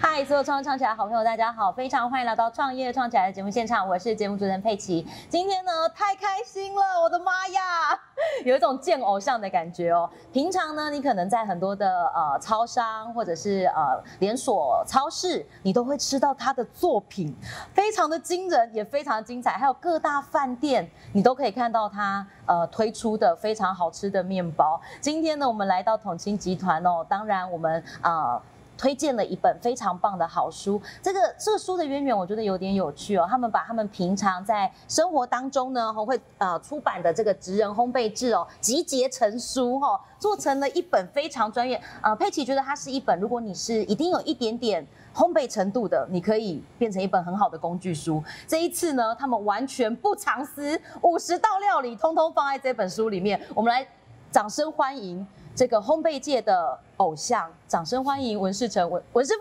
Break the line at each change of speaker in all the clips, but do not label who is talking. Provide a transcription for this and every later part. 嗨，所有创业创起来的好朋友，大家好，非常欢迎来到创业创起来的节目现场，我是节目主持人佩奇。今天呢，太开心了，我的妈呀， 有一种见偶像的感觉哦。平常呢，你可能在很多的呃超商或者是呃连锁超市，你都会吃到他的作品，非常的惊人，也非常精彩。还有各大饭店，你都可以看到他呃推出的非常好吃的面包。今天呢，我们来到统清集团哦，当然我们啊。呃推荐了一本非常棒的好书。这个这个书的渊源，我觉得有点有趣哦。他们把他们平常在生活当中呢，哦会呃出版的这个职人烘焙制哦，集结成书哦，做成了一本非常专业。呃，佩奇觉得它是一本，如果你是一定有一点点烘焙程度的，你可以变成一本很好的工具书。这一次呢，他们完全不藏私，五十道料理通通放在这本书里面。我们来掌声欢迎这个烘焙界的偶像，掌声欢迎文世成文文师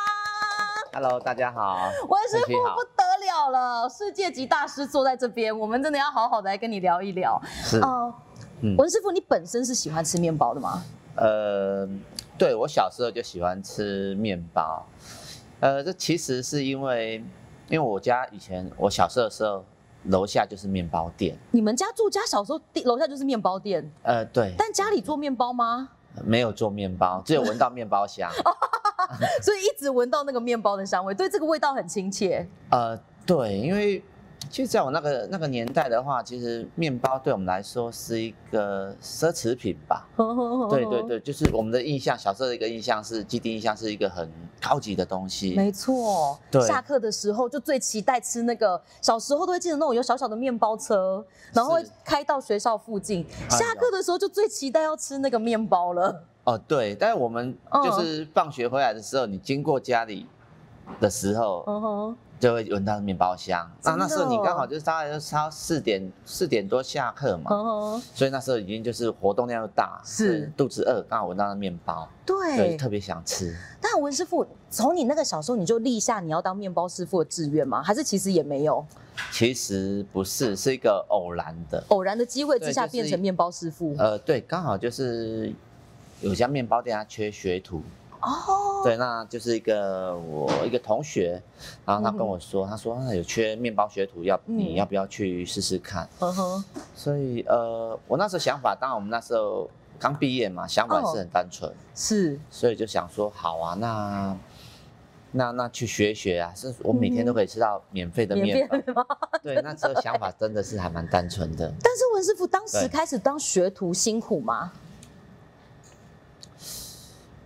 傅
Hello，大家好。
好，文师
佩奇
傅
好
不得了了，世界级大师坐在这边，我们真的要好好的来跟你聊一聊。
是
哦、
嗯
文师傅，你本身是喜欢吃面包的吗？
呃，对我小时候就喜欢吃面包，呃，这其实是因为，因为我家以前我小时候的时候，楼下就是面包店。
你们家住家小时候地楼下就是面包店，
呃，对，
但家里做面包吗？
没有做面包，只有闻到面包香。
所以一直闻到那个面包的香味，对这个味道很亲切。
呃，对，因为其实在我那个那个年代的话，其实面包对我们来说是一个奢侈品吧。对
对
对，对，就是我们的印象，小时候的一个印象是既定印象是一个很高级的东西。
没错，
对
下课的时候就最期待吃那个，小时候都会记得那种有小小的面包车，然后会
是
开到学校附近。
哎
下课的时候就最期待要吃那个面包了。
哦，对，但是我们
哦
就是放学回来的时候，你经过家里的时候，
嗯哼，
就会闻到面包香。那
真的
那时候你
哦
刚好就是大概就是差四点四点多下课嘛，
嗯哼，
所以那时候已经就是活动量又大，
是
对肚子饿，刚好闻到那面包，对，
对。
特别想吃。
但文师傅，从你那个小时候你就立下你要当面包师傅的志愿吗？还是其实也没有，
其实不是，是一个偶然的。
偶然的机会之
对
下
就是
变成面包师傅？
呃，对，刚好就是有家面包店它缺学徒，
哦，
对，那就是一个我一个同学，然后他跟我说，他说啊那有缺面包学徒，要
嗯
你要不要去试试看？
嗯哼，
所以呃，我那时候想法，当然我们那时候刚毕业嘛，想法
哦
是很单纯，
是，
所以就想说好啊，那那那去学一学啊，是我每
嗯
天都可以吃到免费的
免费
面粉。
的吗？
对，那时候想法真的是还蛮单纯的。
但是文师傅当时
对
开始当学徒辛苦吗？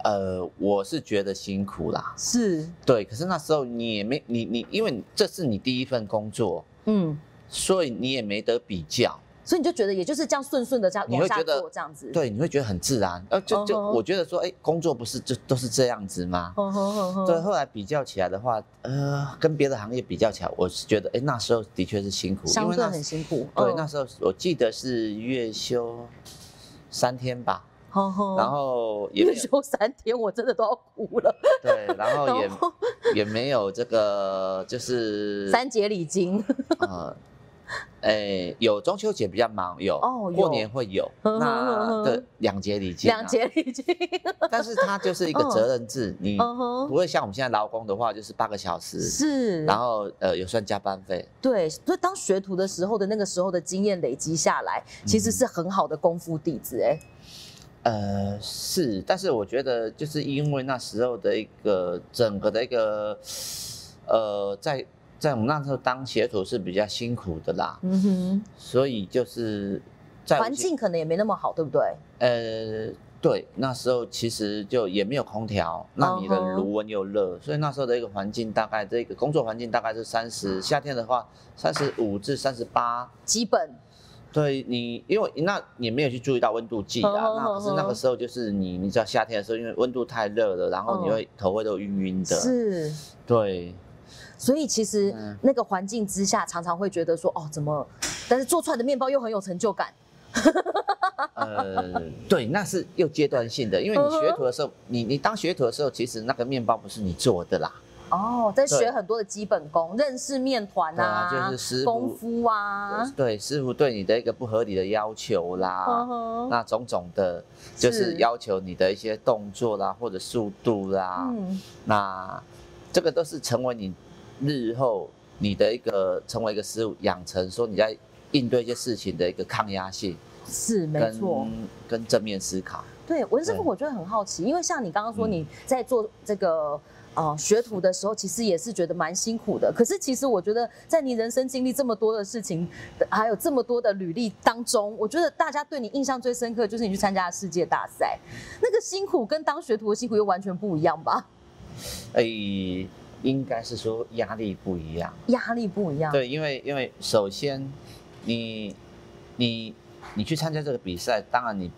呃，我是觉得辛苦啦，
是，
对，可是那时候你也没你你，因为你这是你第一份工作，
嗯，
所以你也没得比较。
所以你就觉得也就是这样顺顺的这样
你
往
会
下
觉得
做这样子，，
对，你会觉得很自然。呃，就就
嗯哼嗯
我觉得说，哎、工作不是就都是这样子吗？
哼哼哼哼
对，后来比较起来的话，呃，跟别的行业比较起来，我是觉得，哎、那时候的确是辛苦，
相
因为
对
那
很辛苦，
对、
嗯
那时候我记得是月休三天吧，
哼哼
然后也没
月
有
休三天，我真的都要哭了，
对，然后也
然后
也没有这个就是
三节礼金，
呃，哎，有中秋节比较忙，有
哦有
过年会有，
呵呵呵呵
那对两节礼金、啊，
两，节礼金，
但是它就是一个责任制，你
嗯
不
哼，
会像我们现在劳工的话，就是八个小时，
是，
然后呃有算加班费，
对，所以当学徒的时候的那个时候的经验累积下来，其
嗯
实是很好的功夫底子，哎，
呃是，但是我觉得就是因为那时候的一个整个的一个呃在。在我们那时候当学徒是比较辛苦的啦，
嗯哼，
所以就是在我
环境可能也没那么好，对不对？
呃，对，那时候其实就也没有空调，那你的
嗯哼
炉温又热，所以那时候的一个环境大概这个工作环境大概是三十，夏天的话三十五至三十八。
基本，
对你，因为那也没有去注意到温度计啊，
嗯哼
那可是
嗯哼
那个时候就是你，你知道夏天的时候，因为温度太热了，然后你
嗯
会头会都晕晕的。，
是，
对，
所以其实
嗯
那个环境之下，常常会觉得说，哦，怎么？但是做出来的面包又很有成就感，
呃，对，那是又阶段性的，因为你
嗯
学徒的时候，你你当学徒的时候，其实那个面包不是你做的啦，
哦，在
对
学很多的基本功，认识面团
对
啊，
啊，就是师傅
功夫啊，
对师傅对你的一个不合理的要求啦，
嗯哼
那种种的，就是
是
要求你的一些动作啦，或者速度啦，
嗯，
那这个都是成为你日后你的一个成为一个思路养成，说你在应对一些事情的一个抗压性，
是没
跟
错。
跟正面思考。
对，文师傅，
对
我觉得很好奇，因为像你刚刚说
嗯
你在做这个。呃，学徒的时候其实也是觉得蛮辛苦的。可是其实我觉得，在你人生经历这么多的事情，还有这么多的履历当中，我觉得大家对你印象最深刻就是你去参加世界大赛，那个辛苦跟当学徒的辛苦又完全不一样吧？
诶、应该是说压力不一样。
压力不一样。
对，因为因为首先你你你去参加这个比赛，当然你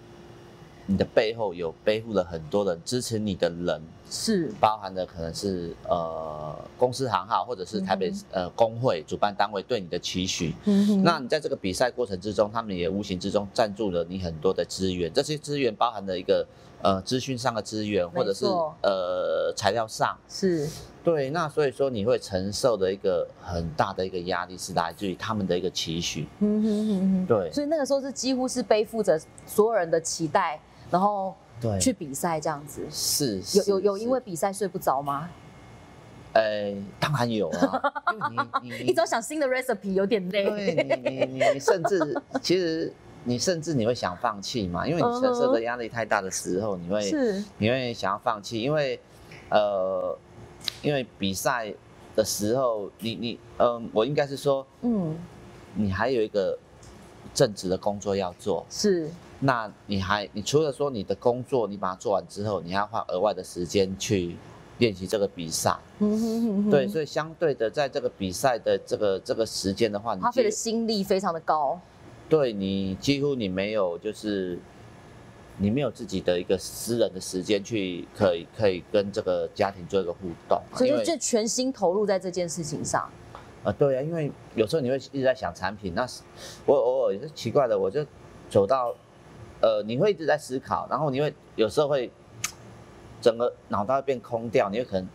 你的背后有背负了很多人支持你的人，
是
包含的可能是呃公司行号或者是台北、
嗯哼
呃工会主办单位对你的期许。
嗯哼
那你在这个比赛过程之中，他们也无形之中赞助了你很多的资源，这些资源包含了一个呃资讯上的资源，或者是
没错
呃材料上，
是
对，那所以说你会承受的一个很大的一个压力是来自于他们的一个期许，
嗯哼嗯哼，
对
所以那个时候是几乎是背负着所有人的期待，然后
对
去比赛这样子。
是是
有有有，
是
因为比赛睡不着吗？
呃，当然有啊，因为 你你
一直要想新的 recipe 有点
对
累。
你你你你甚至其实你甚至你会想放弃嘛，因为你承受的压力太大的时候，你会
嗯 是
你会想要放弃，因为呃，因为比赛的时候，你你嗯、我应该是说
嗯
你还有一个正职的工作要做，
是
那你还，你除了说你的工作你把它做完之后，你还要花额外的时间去练习这个比赛。
嗯哼哼哼
对，所以相对的，在这个比赛的这个这个时间的话，你
花费的
几
心力非常的高。
对你几乎你没有就是你没有自己的一个私人的时间去可以可以跟这个家庭做一个互动嘛，
所以
因
就
为
就全心投入在这件事情上，
啊，对啊，因为有时候你会一直在想产品，那是我偶尔也是奇怪的，我就走到，呃，你会一直在思考，然后你会有时候会整个脑袋会变空掉，你会可能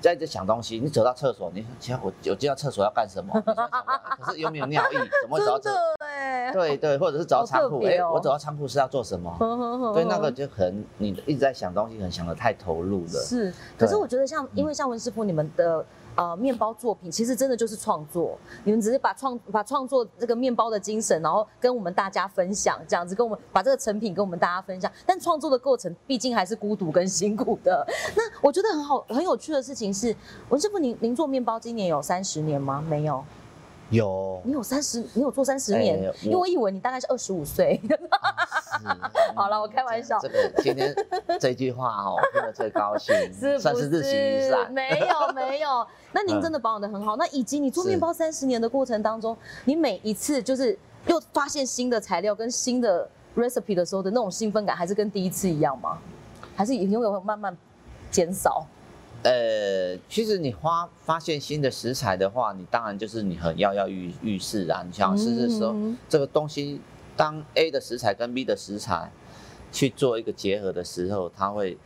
在一直想东西。你走到厕所，你想奇怪我我进到厕所要干什么？你就在想说啊可是又没有尿意，怎么会走到
真
这？
的哎，
对对，或者是走到
好
仓
特
库，
别
哎、
哦
我走到仓库是要做什么？
呵呵呵
对，那个
呵
就可能你一直在想东西，可能想的太投入了。
是。可是
对嗯
我觉得像，因为像文师傅你们的。呃，面包作品其实真的就是创作，你们只是把创把创作这个面包的精神，然后跟我们大家分享，这样子跟我们把这个成品跟我们大家分享。但创作的过程毕竟还是孤独跟辛苦的。 那我觉得很好很有趣的事情是，文师傅您您做面包今年有三十年吗？没有，
有
你有三十，你有做三十
哎
年、
我
因为我以为你大概是二十五岁。
是
好了我开玩笑，
嗯这个今天这句话哦，听得最高兴
是不
算是日行一善。
没有没 有，那您
嗯
真的保养的很好。那以及你做
是
面包三十年的过程当中，你每一次就是又发现新的材料跟新的 recipe 的时候的那种兴奋感，还是跟第一次一样吗？还是你有慢慢减少？
呃，其实你发发现新的食材的话，你当然就是你很跃跃欲欲试啊，你想试试说、
嗯
这个东西，当 A 的食材跟 B 的食材去做一个结合的时候，它会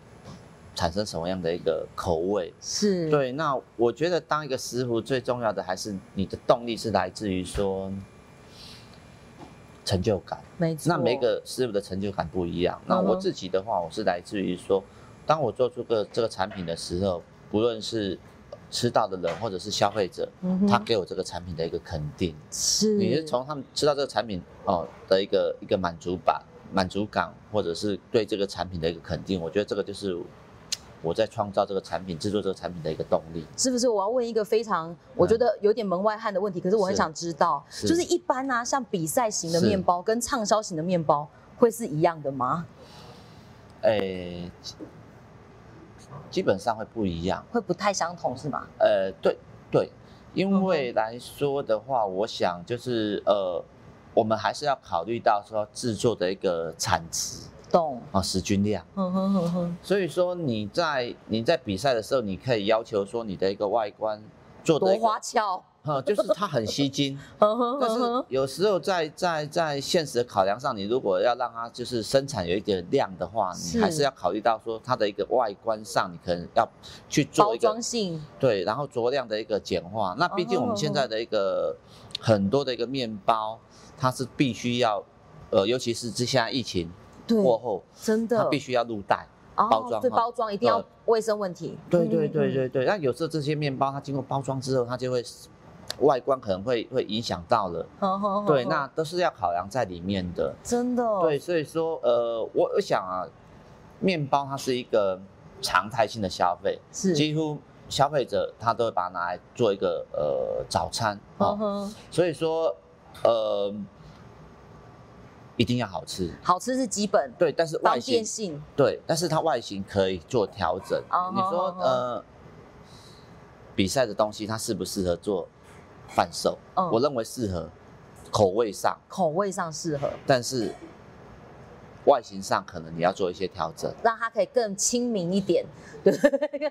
产生什么样的一个口味？
是，
对，那我觉得当一个师傅最重要的还是你的动力是来自于说成就感。
没错。
那每个师傅的成就感不一样。那
嗯哼
我自己的话，我是来自于说，当我做出个这个产品的时候，不论是吃到的人或者是消费者，
嗯哼
他给我这个产品的一个肯定，
是
你是从他们吃到这个产品哦的一个一个满足感、满足感，或者是对这个产品的一个肯定，我觉得这个就是我在创造这个产品、制作这个产品的一个动力。
是不是？我要问一个非常我觉得有点门外汉的问题，可是我很
嗯是
想知道，
是
就是一般啊，像比赛型的
是
面包跟畅销型的面包会是一样的吗？
诶、
哎
基基本上会不一样。
会不太相同是吗？
呃，对对，因为
嗯
来说的话，我想就是呃，我们还是要考虑到说制作的一个产值
懂，
啊、时均量。
哼哼哼哼，
所以说你在你在比赛的时候，你可以要求说你的一个外观做的
多
一个
花，俏，
呃，就是它很吸睛。
哼哼
但
哼
是
哼，
有时候在在在现实的考量上，你如果要让它就是生产有一点量的话，
是
你还是要考虑到说它的一个外观上，你可能要去做
包
一个
装性
对，然后酌量的一个简化。那毕竟我
哦
们现在的一个很多的一个面包，它是必须要，呃，尤其是之下疫情
对，
过后，
真
它
的
必须要入袋。包装
对
哈
包装一定要
呃
卫生问题。
对对
嗯
对，对对，那有时候这些面包它经过包装之后，它就会外观可能会会影响到了。
好好
对，那都是要考量在里面的。
真的哦
对，所以说呃，我我想啊，面包它是一个常态性的消费，
是
几乎消费者他都会把它拿来做一个呃早餐
嗯
哦，
哼，
所以说呃一定要好吃。
好吃是基本，
对，但是
方
外形
便性
对，但是它外形可以做调整。
哦
你说
哦哦
呃，比赛的东西它适不适合做贩售？
嗯
我认为适合，口味上，
口味上适合，
但是外形上可能你要做一些调整，
让它可以更亲民一点， 对，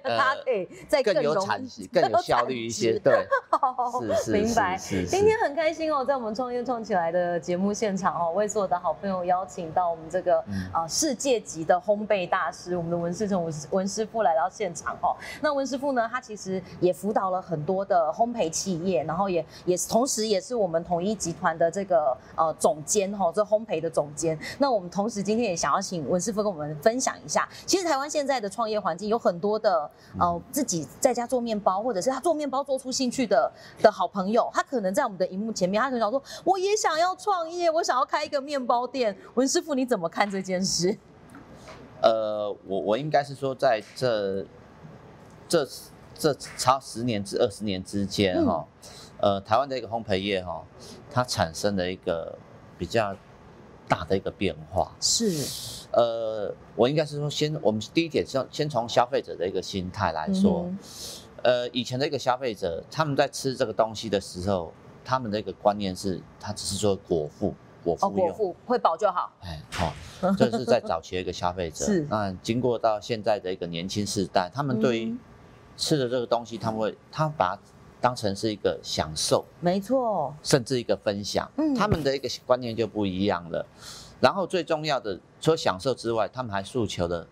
让它可以再
呃更有
容易
产 值，更有效率一些。
更有
对，
产值
是是，
哦明白。
是是
今天很开心哦，在我们创业创起来的节目现场哦，为所有的好朋友邀请到我们这个
嗯
啊、世界级的烘焙大师，我们的文世成文文师傅来到现场哦。那文师傅呢，他其实也辅导了很多的烘焙企业，然后也也同时也是我们统一集团的这个呃总监哦，这烘焙的总监。那我们同时今天也想要请文师傅跟我们分享一下，其实台湾现在的创业环境有很多的呃自己在家做面包，或者是他做面包做出兴趣的的好朋友，他可能在我们的荧幕前面，他可能想说我也想要创业，我想要开一个面包店。文师傅你怎么看这件事？
呃，我我应该是说在这这这差十年至二十年之
嗯
间哈、呃，台湾的一个烘焙业哈、它产生了一个比较大的一个变化。
是，
呃，我应该是说先，我们第一点是要先从消费者的一个心态来说，
嗯
呃，以前的一个消费者，他们在吃这个东西的时候，他们的一个观念是，他只是做果腹，果
哦，
腹用。
果腹会饱就好，
哎，好、这是在早期的一个消费者。
是
那经过到现在的一个年轻世代，他们对于
嗯
吃的这个东西，他们会，他们把它当成是一个享受，
没错，
甚至一个分享。
嗯
他们的一个观念就不一样了。然后最重要的，除了享受之外，他们还诉求了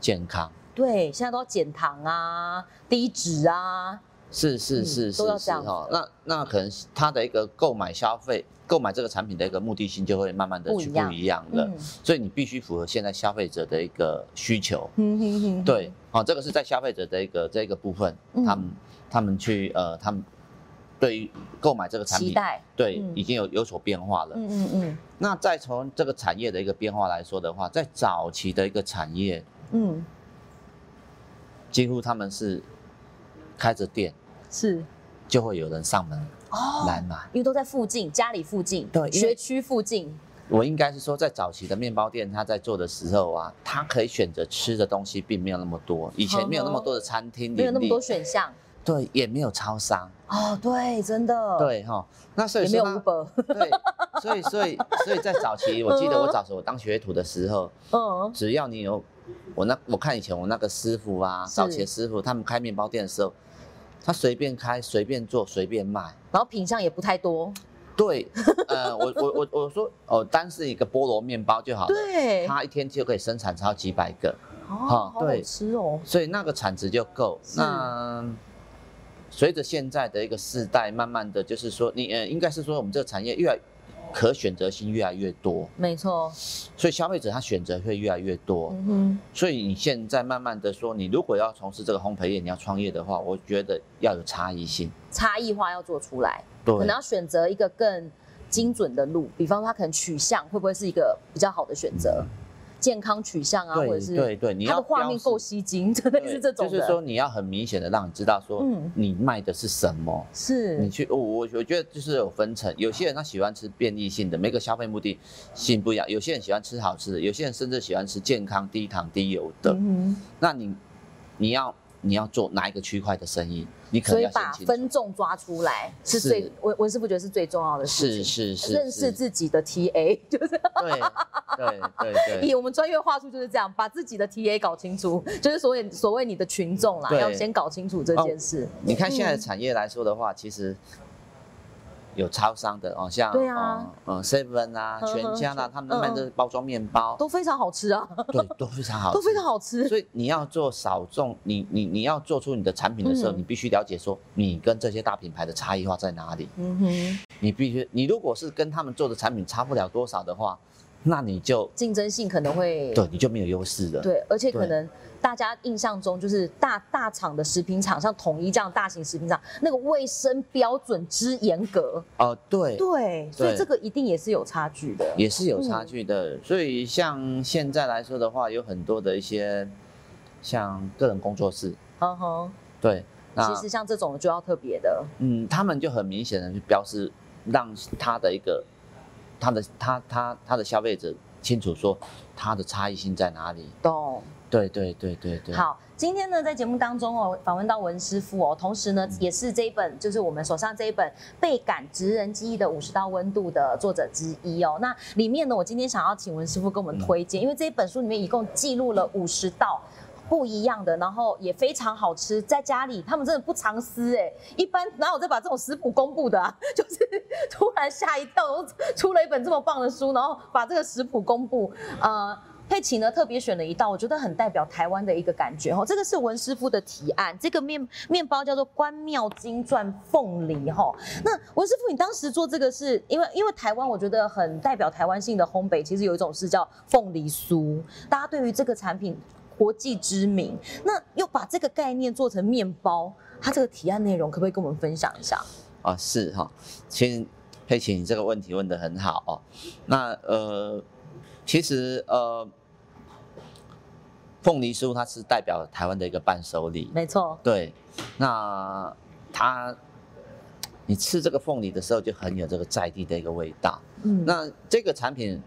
健康。
对，现在都要减糖啊，低脂啊，
是是
嗯
是是
都要这
是
样子
哦，那那可能他的一个购买消费、购买这个产品的一个目的性就会慢慢的
不
去
一样
不一样了，
嗯
所以你必须符合现在消费者的一个需求。
哼哼哼，
对，哦，这个是在消费者的一个这个部分，
嗯
他们他们去呃，他们对于购买这个产
期
品，
待，
对、
嗯
已经有有所变化了。
嗯嗯嗯
那再从这个产业的一个变化来说的话，在早期的一个产业，
嗯，
几乎他们是开着店
是
就会有人上门
哦，
来买。
因为都在附近，家里附近，
对因
学
为
区附近，
我应该是说，在早期的面包店，他在做的时候啊，他可以选择吃的东西并没有那么多，以前没有那么多的餐厅，
哦没有那么
林立
多选项。
对，也没有超商，
哦，对，真的，，
对哈、那所以
也没有
说他
Uber，
对，所以所以所以在早期，我记得我早期我当学徒的时候，
嗯，
只要你有我那我看以前我那个师傅啊，
是
早期的师傅他们开面包店的时候，他随便开随便做随便卖。
然后品相也不太多，
对，呃，我我我我说哦，单是一个菠萝面包就好了，
对，
他一天就可以生产超几百个，
哦，好好
对
吃哦，
所以那个产值就够。
是
那随着现在的一个世代，慢慢的就是说，你呃，应该是说我们这个产业越来可选择性越来越多，
没错，
所以消费者他选择会越来越多。
嗯哼。
所以你现在慢慢的说，你如果要从事这个烘焙业，你要创业的话，我觉得要有差异性。
差异化要做出来，
对
可能要选择一个更精准的路，比方说它可能取向会不会是一个比较好的选择，健康取向啊，或者
嗯对
是
对对，你
它
要
的画面
标示
够吸睛，真的
对
是这种的，
就是说你要很明显的让你知道说
嗯，
你卖的是什么。你
是
去，我我我觉得就是有分层，有些人他喜欢吃便利性的，每个消费目的性不一样。有些人喜欢吃好吃的，有些人甚至喜欢吃健康、低糖、低油的。
嗯哼
那你你要你要做哪一个区块的生意？你可
所
能
以
要
把
先清楚。
分众抓出来是
是
最文文师傅觉得是最重要的事
是
情。
是是，
认识
是
自己的 TA，就是
对对 对
以
对，
我们专业话术就是这样，把自己的 TA 搞清楚，就是所谓所谓你的群众啦，
对哦
要先搞清楚这件事。
你看现在的产业来说的话，其实。有超商的哦，像
对啊，
嗯，seven 啊，
呵呵
全家啦、
是
他们卖
嗯
的包装面包，
都非常好吃啊，
对，都非常好，
都非常。好吃。
所以你要做少众，你你你要做出你的产品的时候，
嗯
你必须了解说你跟这些大品牌的差异化在哪里。
嗯哼，
你必须，你如果是跟他们做的产品差不了多少的话，那你就
竞争性可能会
对你就没有优势了。
对，而且可
对
能大家印象中就是大大厂的食品厂，像统一这样大型食品厂，那个卫生标准之严格，
哦，对，
对，所以
对
这个一定也是有差距的。
也是有差
嗯
距的。所以像现在来说的话，有很多的一些像个人工作室，
嗯哼，
对，那
其实像这种就要特别的，
嗯，他们就很明显的去标示，让他的一个他的他他他的消费者清楚说他的差异性在哪里。
懂。
对对对对对，
好，今天呢，在节目当中哦，访问到文师傅哦，同时呢，
嗯
也是这一本就是我们手上这一本《倍感职人记忆的五十道温度》的作者之一哦。那里面呢，我今天想要请文师傅跟我
嗯
们推荐，因为这一本书里面一共记录了五十道。不一样的，然后也非常好吃，在家里他们真的不藏私哎、一般哪有在把这种食谱公布的啊？ 就是突然吓一跳，都出了一本这么棒的书，然后把这个食谱公布，呃。佩奇呢特别选了一道，我觉得很代表台湾的一个感觉哦。这个是文师傅的提案，这个面面包叫做关庙金钻凤梨哈、哦。那文师傅，你当时做这个是因为因为台湾，我觉得很代表台湾性的烘焙，其实有一种是叫凤梨酥，大家对于这个产品国际知名，那又把这个概念做成面包，它这个提案内容可不可以跟我们分享一下？
啊，是哈、其实佩奇，你这个问题问得很好哦。那呃，其实呃，凤梨酥它是代表台湾的一个伴手礼，
没错，
对。那它，你吃这个凤梨的时候就很有这个在地的一个味道。
嗯，
那这个产品，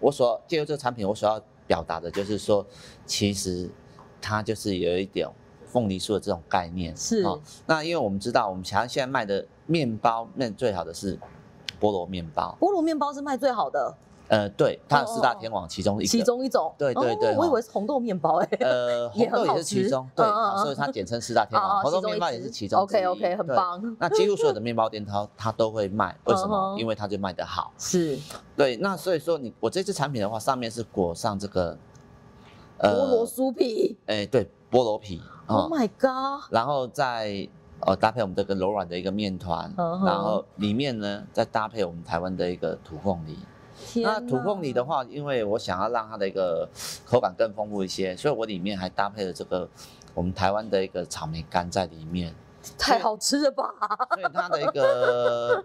我所借由这个产品，我所要表达的就是说，其实它就是有一点凤梨酥的这种概念。
是
哦那因为我们知道，我们台湾现在卖的面包，那最好的是菠萝面包。
菠萝面包是卖最好的
呃，对，它的
哦
四大天王其中一个。
其中一种，
对对对
哦我以
哦
为是红豆面包哎、
呃，
也很
红
好
豆也是其中，
吃
对，
嗯嗯
啊
嗯
所以它简称四大天
哦
王。红豆面包也是其中之一。
OK OK，很
对。
棒。
那几乎所有的面包店它它都会卖，为什
嗯
么？
哼
因为它就卖得好。
是
对，那所以说你我这支产品的话，上面是裹上这个，
菠萝，酥皮。
哎，对，菠萝皮呃哦
Oh my god！
然后再呃搭配我们这个柔软的一个面团，
嗯哼
然后里面呢再搭配我们台湾的一个土凤梨。
天哪，
那土凤梨的话，因为我想要让它的一个口感更丰富一些，所以我里面还搭配了这个我们台湾的一个草莓干在里面，
太好吃了吧？
所以它的一个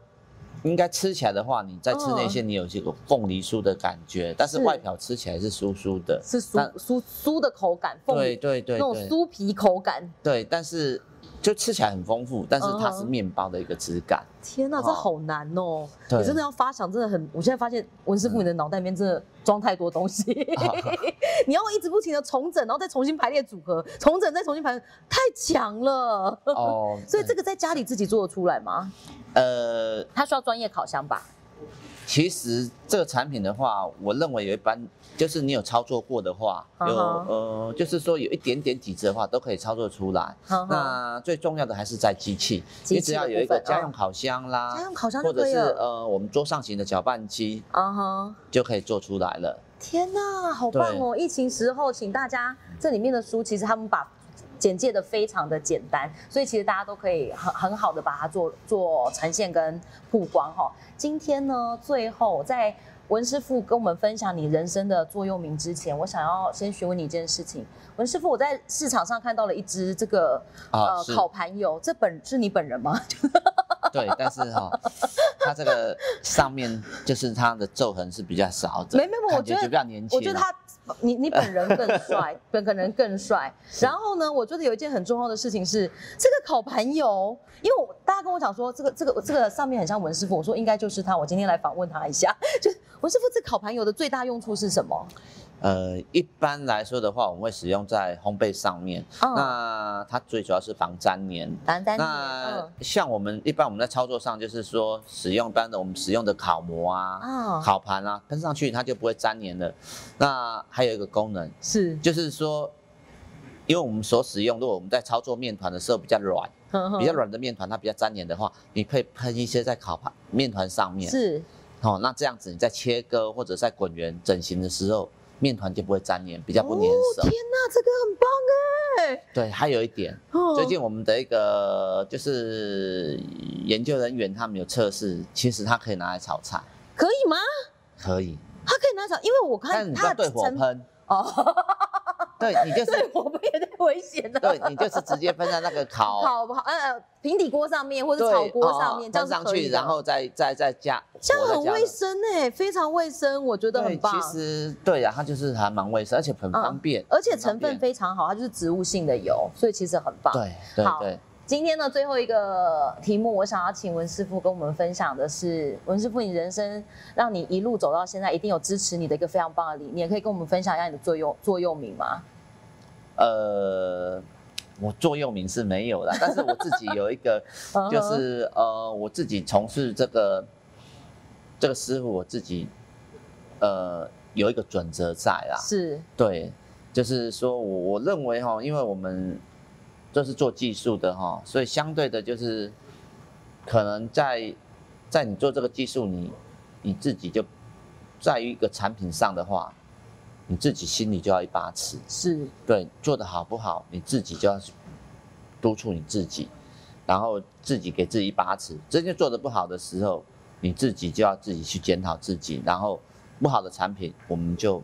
应该吃起来的话，你在吃那些你有这个凤梨酥的感觉，但是
嗯是
外表吃起来是酥酥的。
是酥
那
酥酥的口感，凤
对
梨
对对
那种
对
酥皮口感。
对，但是就吃起来很丰富，但是它是
嗯哼
面包的一个质感。
天哪，
哦
这好难哦！
对
你真的要发想，真的很。我现在发现文师傅
嗯啊
你的脑袋里面真的装太多东西， 你要一直不停的重整，然后再重新排列组合，重整再重新排列，太强了。
哦，
所以这个
个
在家里自己做得出来吗？
呃，
它需要专业烤箱吧？
其实这个产品的话，我认为有一般就是你有操作过的话，有
嗯哼
呃，就是说有一点点底子的话，都可以操作出来。
嗯哼哼
那最重要的还是在机器，
机器
你只要有一个
的部分嗯
家用烤箱啦，
家用烤箱就
啊或者
可以啊
是
了。
呃我们桌上型的搅拌机
啊哈。
就可以做出来了。
天呐，好棒哦！疫情时候，请大家
嗯
这里面的书，其实他们把简介的非常的简单，所以其实大家都可以很很好的把它做做呈现跟曝光哈、今天呢，最后在文师傅跟我们分享你人生的座右铭之前，我想要先询问你一件事情。文师傅，我在市场上看到了一只这个、
啊
呃
是
烤盘油，这本是你本人吗？
对，但是哈、它这个上面就是它的皱痕是比较少的，
没没没我
感
觉得
就比较年轻啊。
我觉得他，你你本人更帅，本可能更帅。然后呢，我觉得有一件很重要的事情是，这个烤盘油，因为我大家跟我讲说，这个这个这个上面很像文师傅，我说应该就是他，我今天来访问他一下。 就是文师傅，这烤盘油的最大用处是什么？
呃，一般来说的话，我们会使用在烘焙上面。
嗯
那它最主要是防粘黏。
丹丹，
那
嗯
像我们一般我们在操作上，就是说使用一般的我们使用的烤模啊、
啊，
烤盘啊，喷上去它就不会粘黏了。那还有一个功能
是，
就是说，因为我们所使用，如果我们在操作面团的时候比较软、比
比
较软的面团，它比较粘黏的话，你可以喷一些在烤盘面团上面。
是
哦，那这样子你在切割或者在滚圆整形的时候，面团就不会粘黏，比较不粘手。
哦天哪，这个很棒哎！
对，还有一点，
哦
最近我们的一个就是研究人员他们有测试，其实它可以拿来炒菜，
可以吗？
可以。
他可以拿扫，因为我
但是
看
你不
他
要
的
对火
成
喷，
哦，
对你就是
对火不也太危险了。
对你就是直接喷在那个 烤
烤不好，呃，呃平底锅上面或者
哦对
炒锅上面，
哦
这样
喷
是
上
可以
去，
的。
然后再再再加，
这样
火再
很
加
卫
热
生哎、非常卫生，我觉得
对，
很棒。啊嗯
其实对啊呀、它就是还蛮卫生，而且很方便，
而且
很方
成分
便
非常好，它就是植物性的油，所以其实很棒。
对对
好
对，
今天的最后一个题目，我想要请文师傅跟我们分享的是，文师傅，你人生让你一路走到现在，一定有支持你的一个非常棒的理念，可以跟我们分享一下你的座右座右铭吗？
呃，我座右铭是没有的，但是我自己有一个
嗯哼
就是呃，我自己从事这个这个师傅，我自己呃有一个准则在啦，
是，
对，就是说我我认为哈，因为我们这是做技术的哈，所以相对的就是可能在在你做这个技术，你你自己就在于一个产品上的话，你自己心里就要一把尺，
是，
对，做的好不好，你自己就要去督促你自己，然后自己给自己一把尺。真正做的不好的时候，你自己就要自己去检讨自己，然后不好的产品我们就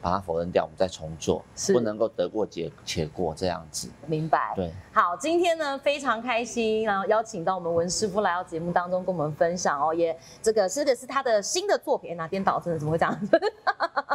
把它否认掉，我们再重做
是，
不能够得过且且过这样子。
明白。
对，
好，今天呢非常开心，然后邀请到我们文师傅来到节目当中跟我们分享哦，也这个这个是他的新的作品，哎哪颠倒真的怎么会这样？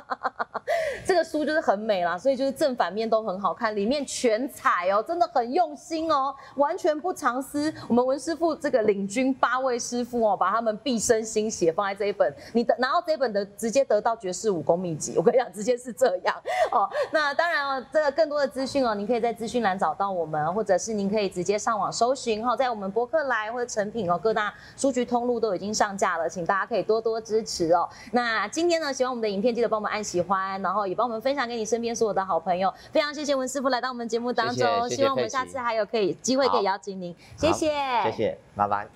这个书就是很美啦，所以就是正反面都很好看，里面全彩哦，真的很用心哦，完全不藏私。我们文师傅这个领军八位师傅哦，把他们毕生心血放在这一本，你的拿到这一本的直接得到绝世武功秘籍，我跟你讲，直接是这样。 哦，那当然哦，这个更多的资讯哦，您可以在资讯栏找到我们，或者是您可以直接上网搜寻哈、哦，在我们博客来或者成品哦，各大书局通路都已经上架了，请大家可以多多支持哦。那今天呢，喜欢我们的影片，记得帮我们按喜欢，然后也帮我们分享给你身边所有的好朋友。非常谢谢文师傅来到我们节目当中，
谢谢谢谢
希望我们
佩奇
下次还有可以机会可以邀请您，谢谢，
谢谢，拜拜。